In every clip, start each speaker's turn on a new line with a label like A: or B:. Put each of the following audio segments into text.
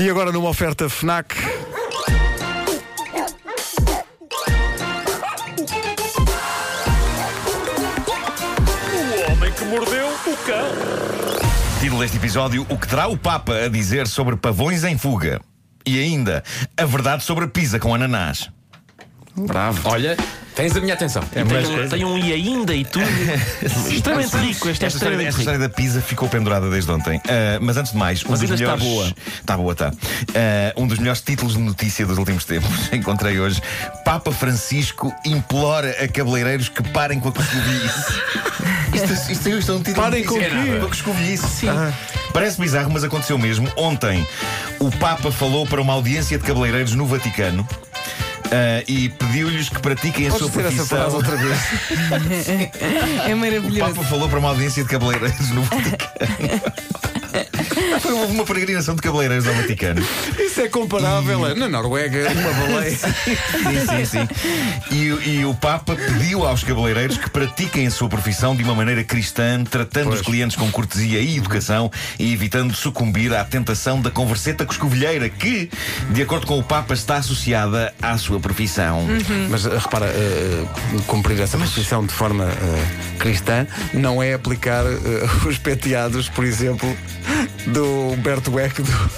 A: E agora numa oferta FNAC.
B: O homem que mordeu o cão.
C: Título deste episódio: O que terá o Papa a dizer sobre pavões em fuga? E ainda, a verdade sobre a pizza com ananás.
A: Bravo.
D: Olha, tens a minha atenção.
B: E tem, um, tem um e ainda e tudo. extremamente rico,
C: Esta história,
B: esta é extremamente
C: esta
B: rico.
C: história da pizza ficou pendurada desde ontem. Ah, mas antes de mais, um
B: Mas
C: dos
B: ainda está
C: melhores. Está boa, está. Ah, um dos melhores títulos de notícia dos últimos tempos. Encontrei hoje. Papa Francisco implora a cabeleireiros que parem com a coscovilhice. isto, isto, isto é um título
A: Parem
C: de
A: com o
C: notícia.
A: quê?
C: Com a coscovilhice. Ah. Parece bizarro, mas aconteceu mesmo. Ontem, o Papa falou para uma audiência de cabeleireiros no Vaticano. ah, e pediu-lhes que pratiquem a
A: Podes
C: sua
A: dizer essa frase
C: profissão.
A: outra vez?
E: É
C: O Papa
E: maravilhoso.
C: falou para uma audiência de cabeleireiros no Vaticano. Foi houve uma peregrinação de cabeleireiros ao Vaticano.
A: Isso é comparável. é, Na Noruega, uma baleia.
C: Sim, sim, sim. E, o- e o Papa pediu aos cabeleireiros que pratiquem a sua profissão de uma maneira cristã, tratando os clientes com cortesia e educação e evitando sucumbir à tentação da converseta coscovilheira, que, de acordo com o Papa, está associada à sua profissão.
D: Mas uh, repara, uh, uh, cumprir essa posição de forma uh, cristã não é aplicar uh, os penteados, por exemplo, do Humberto Eco, do,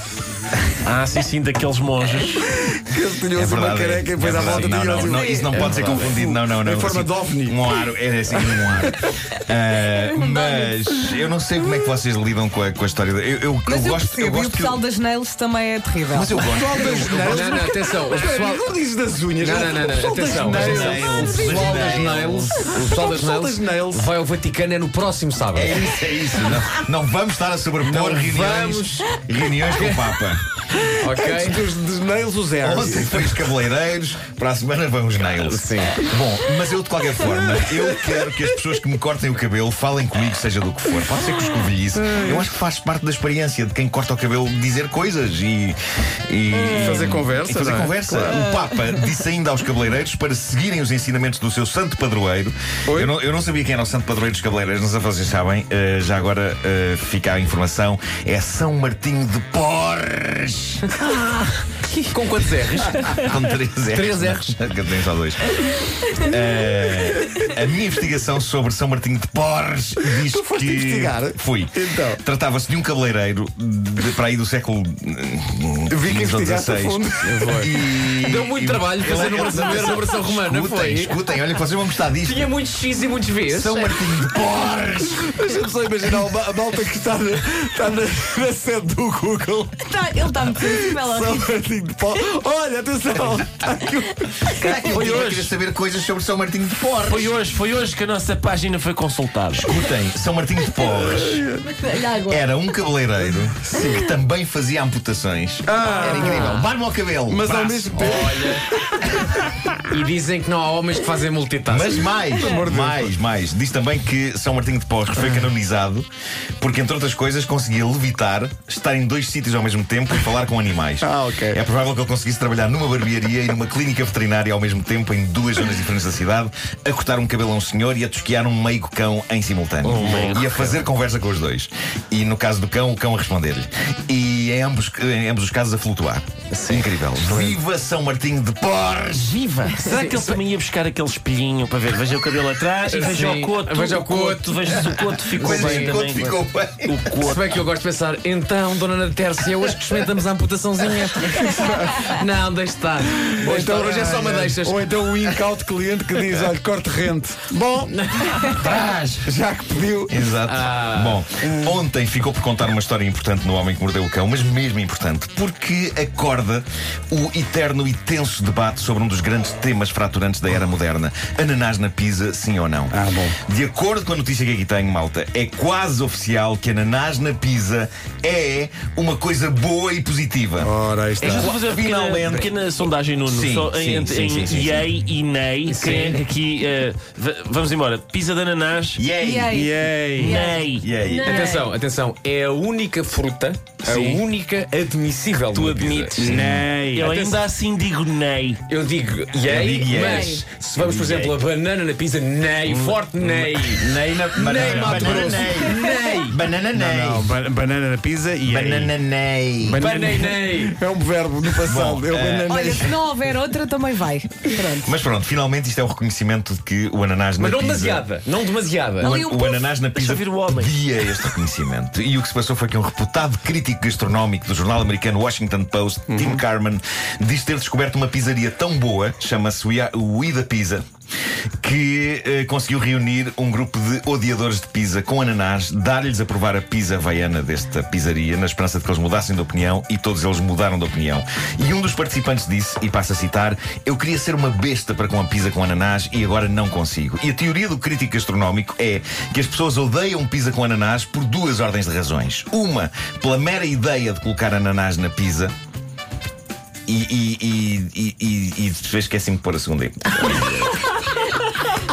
B: Ah, sim, sim, daqueles monges.
D: que eles
C: É
D: tinham assim uma careca e depois à volta
C: não,
D: tinham
C: não,
D: assim-
C: não, Isso não pode ser confundido, não, não, não.
D: Em forma
C: assim,
D: de ovni.
C: Um aro, é assim um aro. Ah, mas eu não sei como é que vocês lidam com a, com a história. da- Eu, eu,
E: Mas
C: eu
E: eu
C: gosto, eu
E: percebo, e o
C: gosto que.
E: pessoal das nails também é terrível.
C: Mas eu gosto.
D: Não, não, atenção, o pessoal.
A: Não dizes das unhas.
D: Não, não, não, não, atenção. atenção. O pessoal das nails, o pessoal das
A: pessoal das
D: nails
A: nails.
D: vai ao Vaticano é no próximo sábado.
C: É isso, é isso. Não, não vamos estar a sobrepor
D: Não
C: reuniões, reuniões com o Papa.
D: Ok?
A: Dos, dos nails, os erros.
C: Ontem foi os cabeleireiros, para a semana vamos nails.
D: Sim.
C: Bom, mas eu de qualquer forma, eu quero que as pessoas que me cortem o cabelo falem comigo, seja do que for. Pode ser que escovilhe isso. Eu acho que faz parte da experiência de quem corta o cabelo dizer coisas e. e-
D: Hum. Fazer
C: E
D: conversa,
C: fazer
D: não é?
C: conversa. O Papa disse ainda aos cabeleireiros para seguirem os ensinamentos do seu santo padroeiro. Eu não, eu não sabia quem era o santo padroeiro dos cabeleireiros, não sei se vocês sabem. Eh, já agora eh, fica a informação. É São Martinho de Porres.
D: Com quantos erros?
C: Com três R's.
D: Três Rs.
C: Que eu tenho só dois. Eh, a minha investigação sobre São Martinho de Porres diz
D: Tu foste
C: que.
D: investigar?
C: Fui.
D: Então.
C: Tratava-se de um cabeleireiro de, para aí do século.
D: Vi que investigaste a fundo. Deu muito trabalho fazer
C: a
D: numeração- ver a numeração romana,
C: Escutem,
D: foi?
C: escutem, olha que vocês vão gostar disto.
D: Tinha muitos X e muitos Vs.
C: São Martinho de Porres!
D: Deixa-me só imaginar uma- a malta que está na, está na- na sede do Google.
E: Tá- ele está muito sensível ao
D: São
E: ritmo.
D: Martinho de Pó. Olha, atenção! Está aqui um-
C: Eu
B: hoje.
C: queria saber coisas sobre São Martinho de Porres.
B: Foi hoje, foi hoje que a nossa página foi consultada.
C: Escutem, São Martinho de Porres.
E: Olha agora.
C: Era um cabeleireiro que também fazia amputações. Era incrível. Barba ao cabelo.
D: Ah. Mas
C: braço.
D: ao mesmo tempo. E dizem que não há homens que fazem multitasking.
C: Mas mais, mais, mais. Diz também que São Martinho de Porres
D: Ah.
C: foi canonizado porque, entre outras coisas, conseguia levitar, estar em dois sítios ao mesmo tempo e falar com animais.
D: Ah, ok.
C: É provável que ele conseguisse trabalhar numa barbearia e numa clínica veterinária ao mesmo tempo, em duas zonas diferentes da cidade, a cortar um cabelo a um senhor e a tosquear um meio cão em simultâneo.
D: Um
C: e a fazer conversa com os dois. E no caso do cão, o cão a responder-lhe. E em ambos, em ambos os casos a flutuar. Incrível. Viva São Martinho de Porres!
B: Viva! Será que ele também ia buscar aquele espelhinho para ver? Veja o cabelo atrás e veja
D: Sim.
B: o coto.
D: Veja o coto.
B: Veja se o coto ficou
C: Coisas
B: bem
C: que
B: também.
C: quando ficou bem.
B: O coto.
D: Se bem que eu gosto de pensar, então, dona Ana Tércia, hoje que experimentamos a amputaçãozinha. Não, deixa estar. Ou então, hoje é só uma deixas.
A: Ou então o incauto cliente que diz: olha, corte rente. Bom,
D: Traz!
A: já que pediu.
C: Exato.
D: Ah.
C: Bom, ontem ficou por contar uma história importante no Homem que Mordeu o Cão, mas mesmo importante, porque acorda o eterno e tenso debate sobre um dos grandes temas fraturantes da era moderna: ananás na pizza, sim ou não?
A: Ah, bom.
C: De acordo com a notícia que aqui tenho, malta, é quase oficial que ananás na pizza é uma coisa boa e positiva.
A: Ora, aí está.
C: É
B: Vamos fazer uma pequena,
C: Finalmente.
B: pequena sondagem, Nuno.
C: Sim,
B: Só
C: sim,
B: entre
C: sim, sim, sim,
B: yay e ney.
C: Sim.
B: Quem é que aqui. eh, va- vamos embora. Pizza de ananás.
C: Yay!
E: E aí?
F: Yay!
B: Ney.
C: Yay!
E: Não.
F: Atenção, atenção, é a única fruta,
B: Sim.
F: a única admissível.
B: Tu
F: numa pizza.
B: admites.
D: Ney.
B: Eu
F: Atenção.
B: ainda assim digo ney.
F: Eu digo yay,
C: Eu digo yes.
F: mas se vamos, por
C: digo
F: exemplo, a banana na pizza, nei, forte nei. Nei na
C: Banana-
F: nei, Mato
C: banana
F: Grosso.
C: nei. Banana
D: Não,
C: nei!
D: ba- banana na pizza e aí.
C: Banana nei!
F: Banei, nei.
D: É um verbo no passado.
C: Bom,
D: eu
C: eh,
D: bananei.
E: é. Olha, se não houver outra, também vai. Pronto.
C: Mas pronto, finalmente isto é o reconhecimento de que o ananás
F: Mas
C: na
F: não
C: pizza-
F: demasiada, não demasiada.
E: Ali um
C: O
E: puff.
C: ananás na
B: Deixa
C: pizza
B: eu ver o homem.
C: pedia este reconhecimento. E o que se passou foi que um reputado crítico gastronómico do jornal americano Washington Post, Tim Carman, diz ter descoberto uma pizzaria tão boa, chama-se We Are- We da Pizza, que eh, conseguiu reunir um grupo de odiadores de pizza com ananás, dar-lhes a provar a pizza havaiana desta pizzaria, na esperança de que eles mudassem de opinião, e todos eles mudaram de opinião. E um dos participantes disse, e passo a citar, eu queria ser uma besta para com a pizza com ananás e agora não consigo. E a teoria do crítico gastronómico é que as pessoas odeiam pizza com ananás por duas ordens de razões. Uma, pela mera ideia de colocar ananás na pizza. E, e, e, e, e, e esqueci-me de pôr a segunda. aí.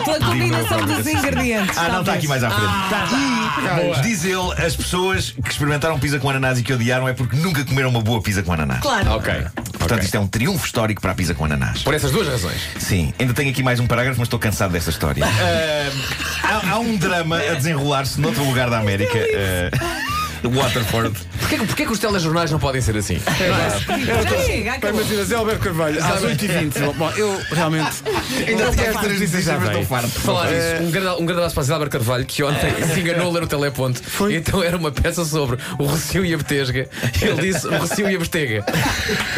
E: Pela combinação
C: Digo eu,
E: dos ingredientes.
C: Ah, não, está
E: talvez.
C: aqui mais à frente.
F: Boa.
C: E, diz ele, as pessoas que experimentaram pizza com ananás e que odiaram é porque nunca comeram uma boa pizza com ananás.
E: Claro.
F: Ok.
C: Portanto, isto é um triunfo histórico para a pizza com ananás.
F: Por essas duas razões.
C: Sim, ainda tenho aqui mais um parágrafo, mas estou cansado desta história. Ah, há, há um drama a desenrolar-se noutro lugar da América. ah, Waterford.
F: Porquê, que- porquê que os telejornais não podem ser assim?
E: Já chega,
D: Pá,
E: acabou.
D: Imagina, Zé Alberto Carvalho, às 8h20. Bom, eu realmente.
C: Ainda
D: Estas
C: tenho estas
D: notícias
C: notícias,
D: já
C: mas
D: vêm.
C: estou farto.
F: Falar isso, um grande, um grande abraço para a Zilabra Carvalho que ontem se enganou a ler o teleponto. Então era uma peça sobre o Recio e a Betesga. Ele disse o Recio e a Betesga.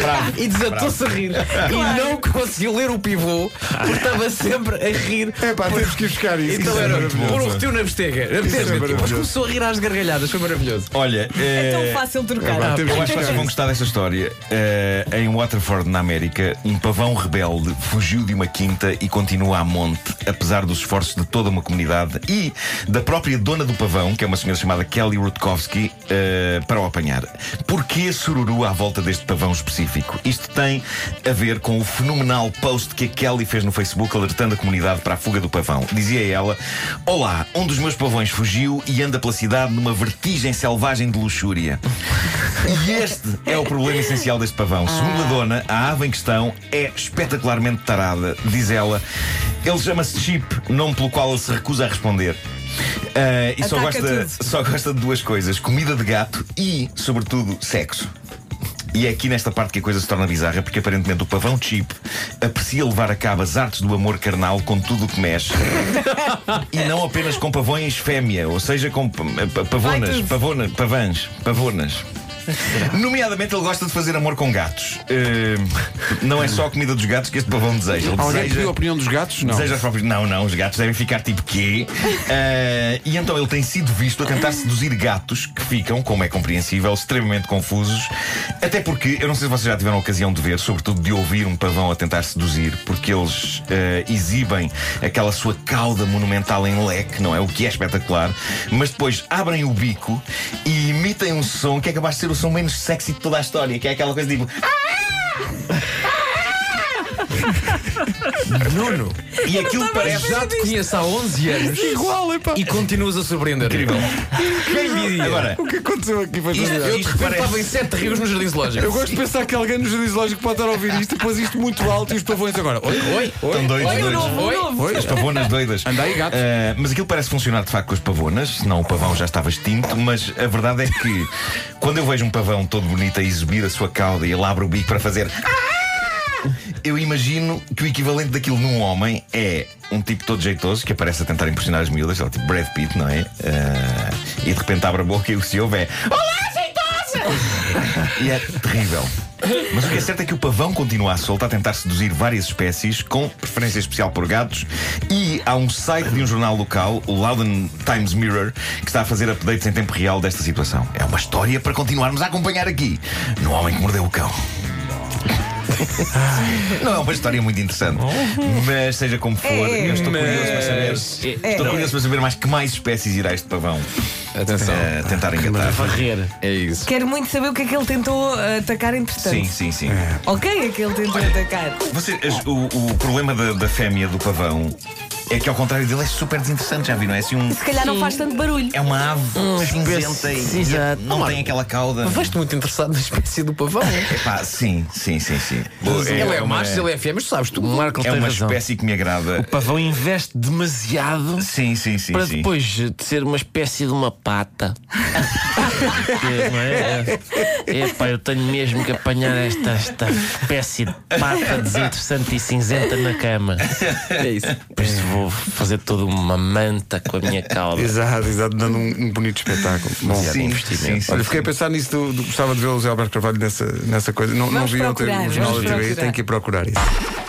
C: Bravo.
F: E desatou-se a rir. E não conseguiu ler o pivô porque estava sempre a rir.
D: É pá, temos que ir buscar isso.
F: Então
D: Isso é
F: era
D: maravilhoso.
F: pôr o Recio na Betesga. Na Betesga. Mas
D: maravilhoso.
F: começou a rir às gargalhadas. Foi maravilhoso.
C: Olha,
E: É
C: ah,
E: tão fácil trocar.
D: pá,
C: Eu acho que vocês
D: buscar
C: vão
D: isso.
C: gostar desta história. Eh, em Waterford, na América, um pavão rebelde fugiu de uma quinta e continua a monte, apesar dos esforços de toda uma comunidade e da própria dona do pavão, que é uma senhora chamada Kelly Rutkowski, eh, para o apanhar. Porquê sururu à volta deste pavão específico? Isto tem a ver com o fenomenal post que a Kelly fez no Facebook alertando a comunidade para a fuga do pavão. Dizia ela: Olá, um dos meus pavões fugiu e anda pela cidade numa vertigem selvagem de luxúria. E este é o problema essencial deste pavão.
E: Ah.
C: Segundo a dona, a ave em questão é espetacularmente tarada, diz ela. Ele chama-se Chip, nome pelo qual ele se recusa a responder. Ah, e só
E: Ataca
C: gosta,
E: tudo.
C: só gosta de duas coisas: comida de gato e, sobretudo, sexo. E é aqui nesta parte que a coisa se torna bizarra, porque aparentemente o pavão Chip aprecia levar a cabo as artes do amor carnal com tudo o que mexe. e não apenas com pavões fêmea, ou seja, com pa- pa-
E: Vai
C: pavonas,
E: tudo.
C: pavona, pavãs, pavonas. Nomeadamente, ele gosta de fazer amor com gatos. Eh, não é só a comida dos gatos que este pavão deseja. Ele
D: Alguém
C: deseja...
D: pediu a opinião dos gatos? Não.
C: Deseja os próprios. Não, não, os gatos devem ficar tipo quê? Ah, e então ele tem sido visto a tentar seduzir gatos que ficam, como é compreensível, extremamente confusos. Até porque, eu não sei se vocês já tiveram a ocasião de ver, sobretudo de ouvir um pavão a tentar seduzir, porque eles ah, exibem aquela sua cauda monumental em leque, não é? O que é espetacular. Mas depois abrem o bico e emitem um som que é capaz de ser o som menos sexy de toda a história, que é aquela coisa tipo.
F: Nuno,
C: E aquilo parece.
F: já te conheço há 11 anos
D: Igual, epá.
F: e continuas a surpreender.
C: Incrível.
F: Quem diria?
C: Agora,
D: O que aconteceu aqui foi
C: Isto-
D: maravilhoso.
F: eu de repente
C: parece-
F: estava em sete rios no Jardim Zoológico.
D: Eu gosto de pensar que alguém no juízo lógico pode estar a ouvir isto, pôs isto muito alto e os pavões agora. Oi,
F: Oi?
C: estão doidos,
E: Olha o
C: doidos.
E: novo, o
F: Oi?
E: novo.
D: oi.
C: As pavonas doidas.
D: Anda aí, gato.
C: Ah, mas aquilo parece funcionar de facto com as pavonas, senão o pavão já estava extinto. Mas a verdade é que quando eu vejo um pavão todo bonito a exibir a sua cauda e ele abre o bico para fazer. "Ah!", Eu imagino que o equivalente daquilo num homem é um tipo todo jeitoso que aparece a tentar impressionar as miúdas, sei lá, tipo Brad Pitt, não é? Ah, e de repente abre a boca e o que se ouve é Olá, jeitosa! e é terrível. Mas o que é certo é que o pavão continua à solta a tentar seduzir várias espécies, com preferência especial por gatos, e há um site de um jornal local, o Loudon Times Mirror, que está a fazer updates em tempo real desta situação. É uma história para continuarmos a acompanhar aqui no Homem que Mordeu o Cão. Não é uma história muito interessante. Mas seja como for, eu estou curioso para saber. Estou curioso para saber mais que mais espécies irá este pavão
F: Atenção.
C: eh, tentar engatar.
B: Varrer.
F: É isso.
E: Quero muito saber o que é que ele tentou eh, atacar entretanto.
C: Sim, sim, sim.
E: Ou quem é que ele tentou atacar?
C: Você- as- o, o problema da, da fêmea do pavão é que ao contrário dele é super desinteressante, já viram? É assim um.
E: Se calhar não faz tanto barulho.
C: É uma ave cinzenta e,
B: espécie-
C: e
B: Um exato.
C: não tem aquela cauda.
F: Foste muito interessado na espécie do pavão.
C: Epá, sim, sim, sim, sim.
F: ele é
C: uma,
F: macho, ele é fêmea, mas tu sabes
B: O
F: tudo.
B: Marco
C: é
B: tem
C: uma
B: razão.
C: espécie que me agrada.
B: O pavão investe demasiado
C: Sim, sim, sim.
B: para
C: sim.
B: depois de ser uma espécie de uma pata. é, não é? É, Epá, eu tenho mesmo que apanhar esta, esta espécie de pata desinteressante e cinzenta na cama.
F: É isso.
B: Depois vou fazer toda uma manta com a minha cauda.
D: Exato, exato, dando um, um bonito espetáculo. Bom,
B: é um
C: Sim, sim, sim.
D: Olha, fiquei a pensar nisso, do, do- gostava de ver o José Alberto Carvalho nessa, nessa coisa. Não, não
E: Vamos
D: vi ontem
E: procurar,
D: o jornal da
E: vamos
D: TV,
E: procurar.
D: tenho que ir procurar isso.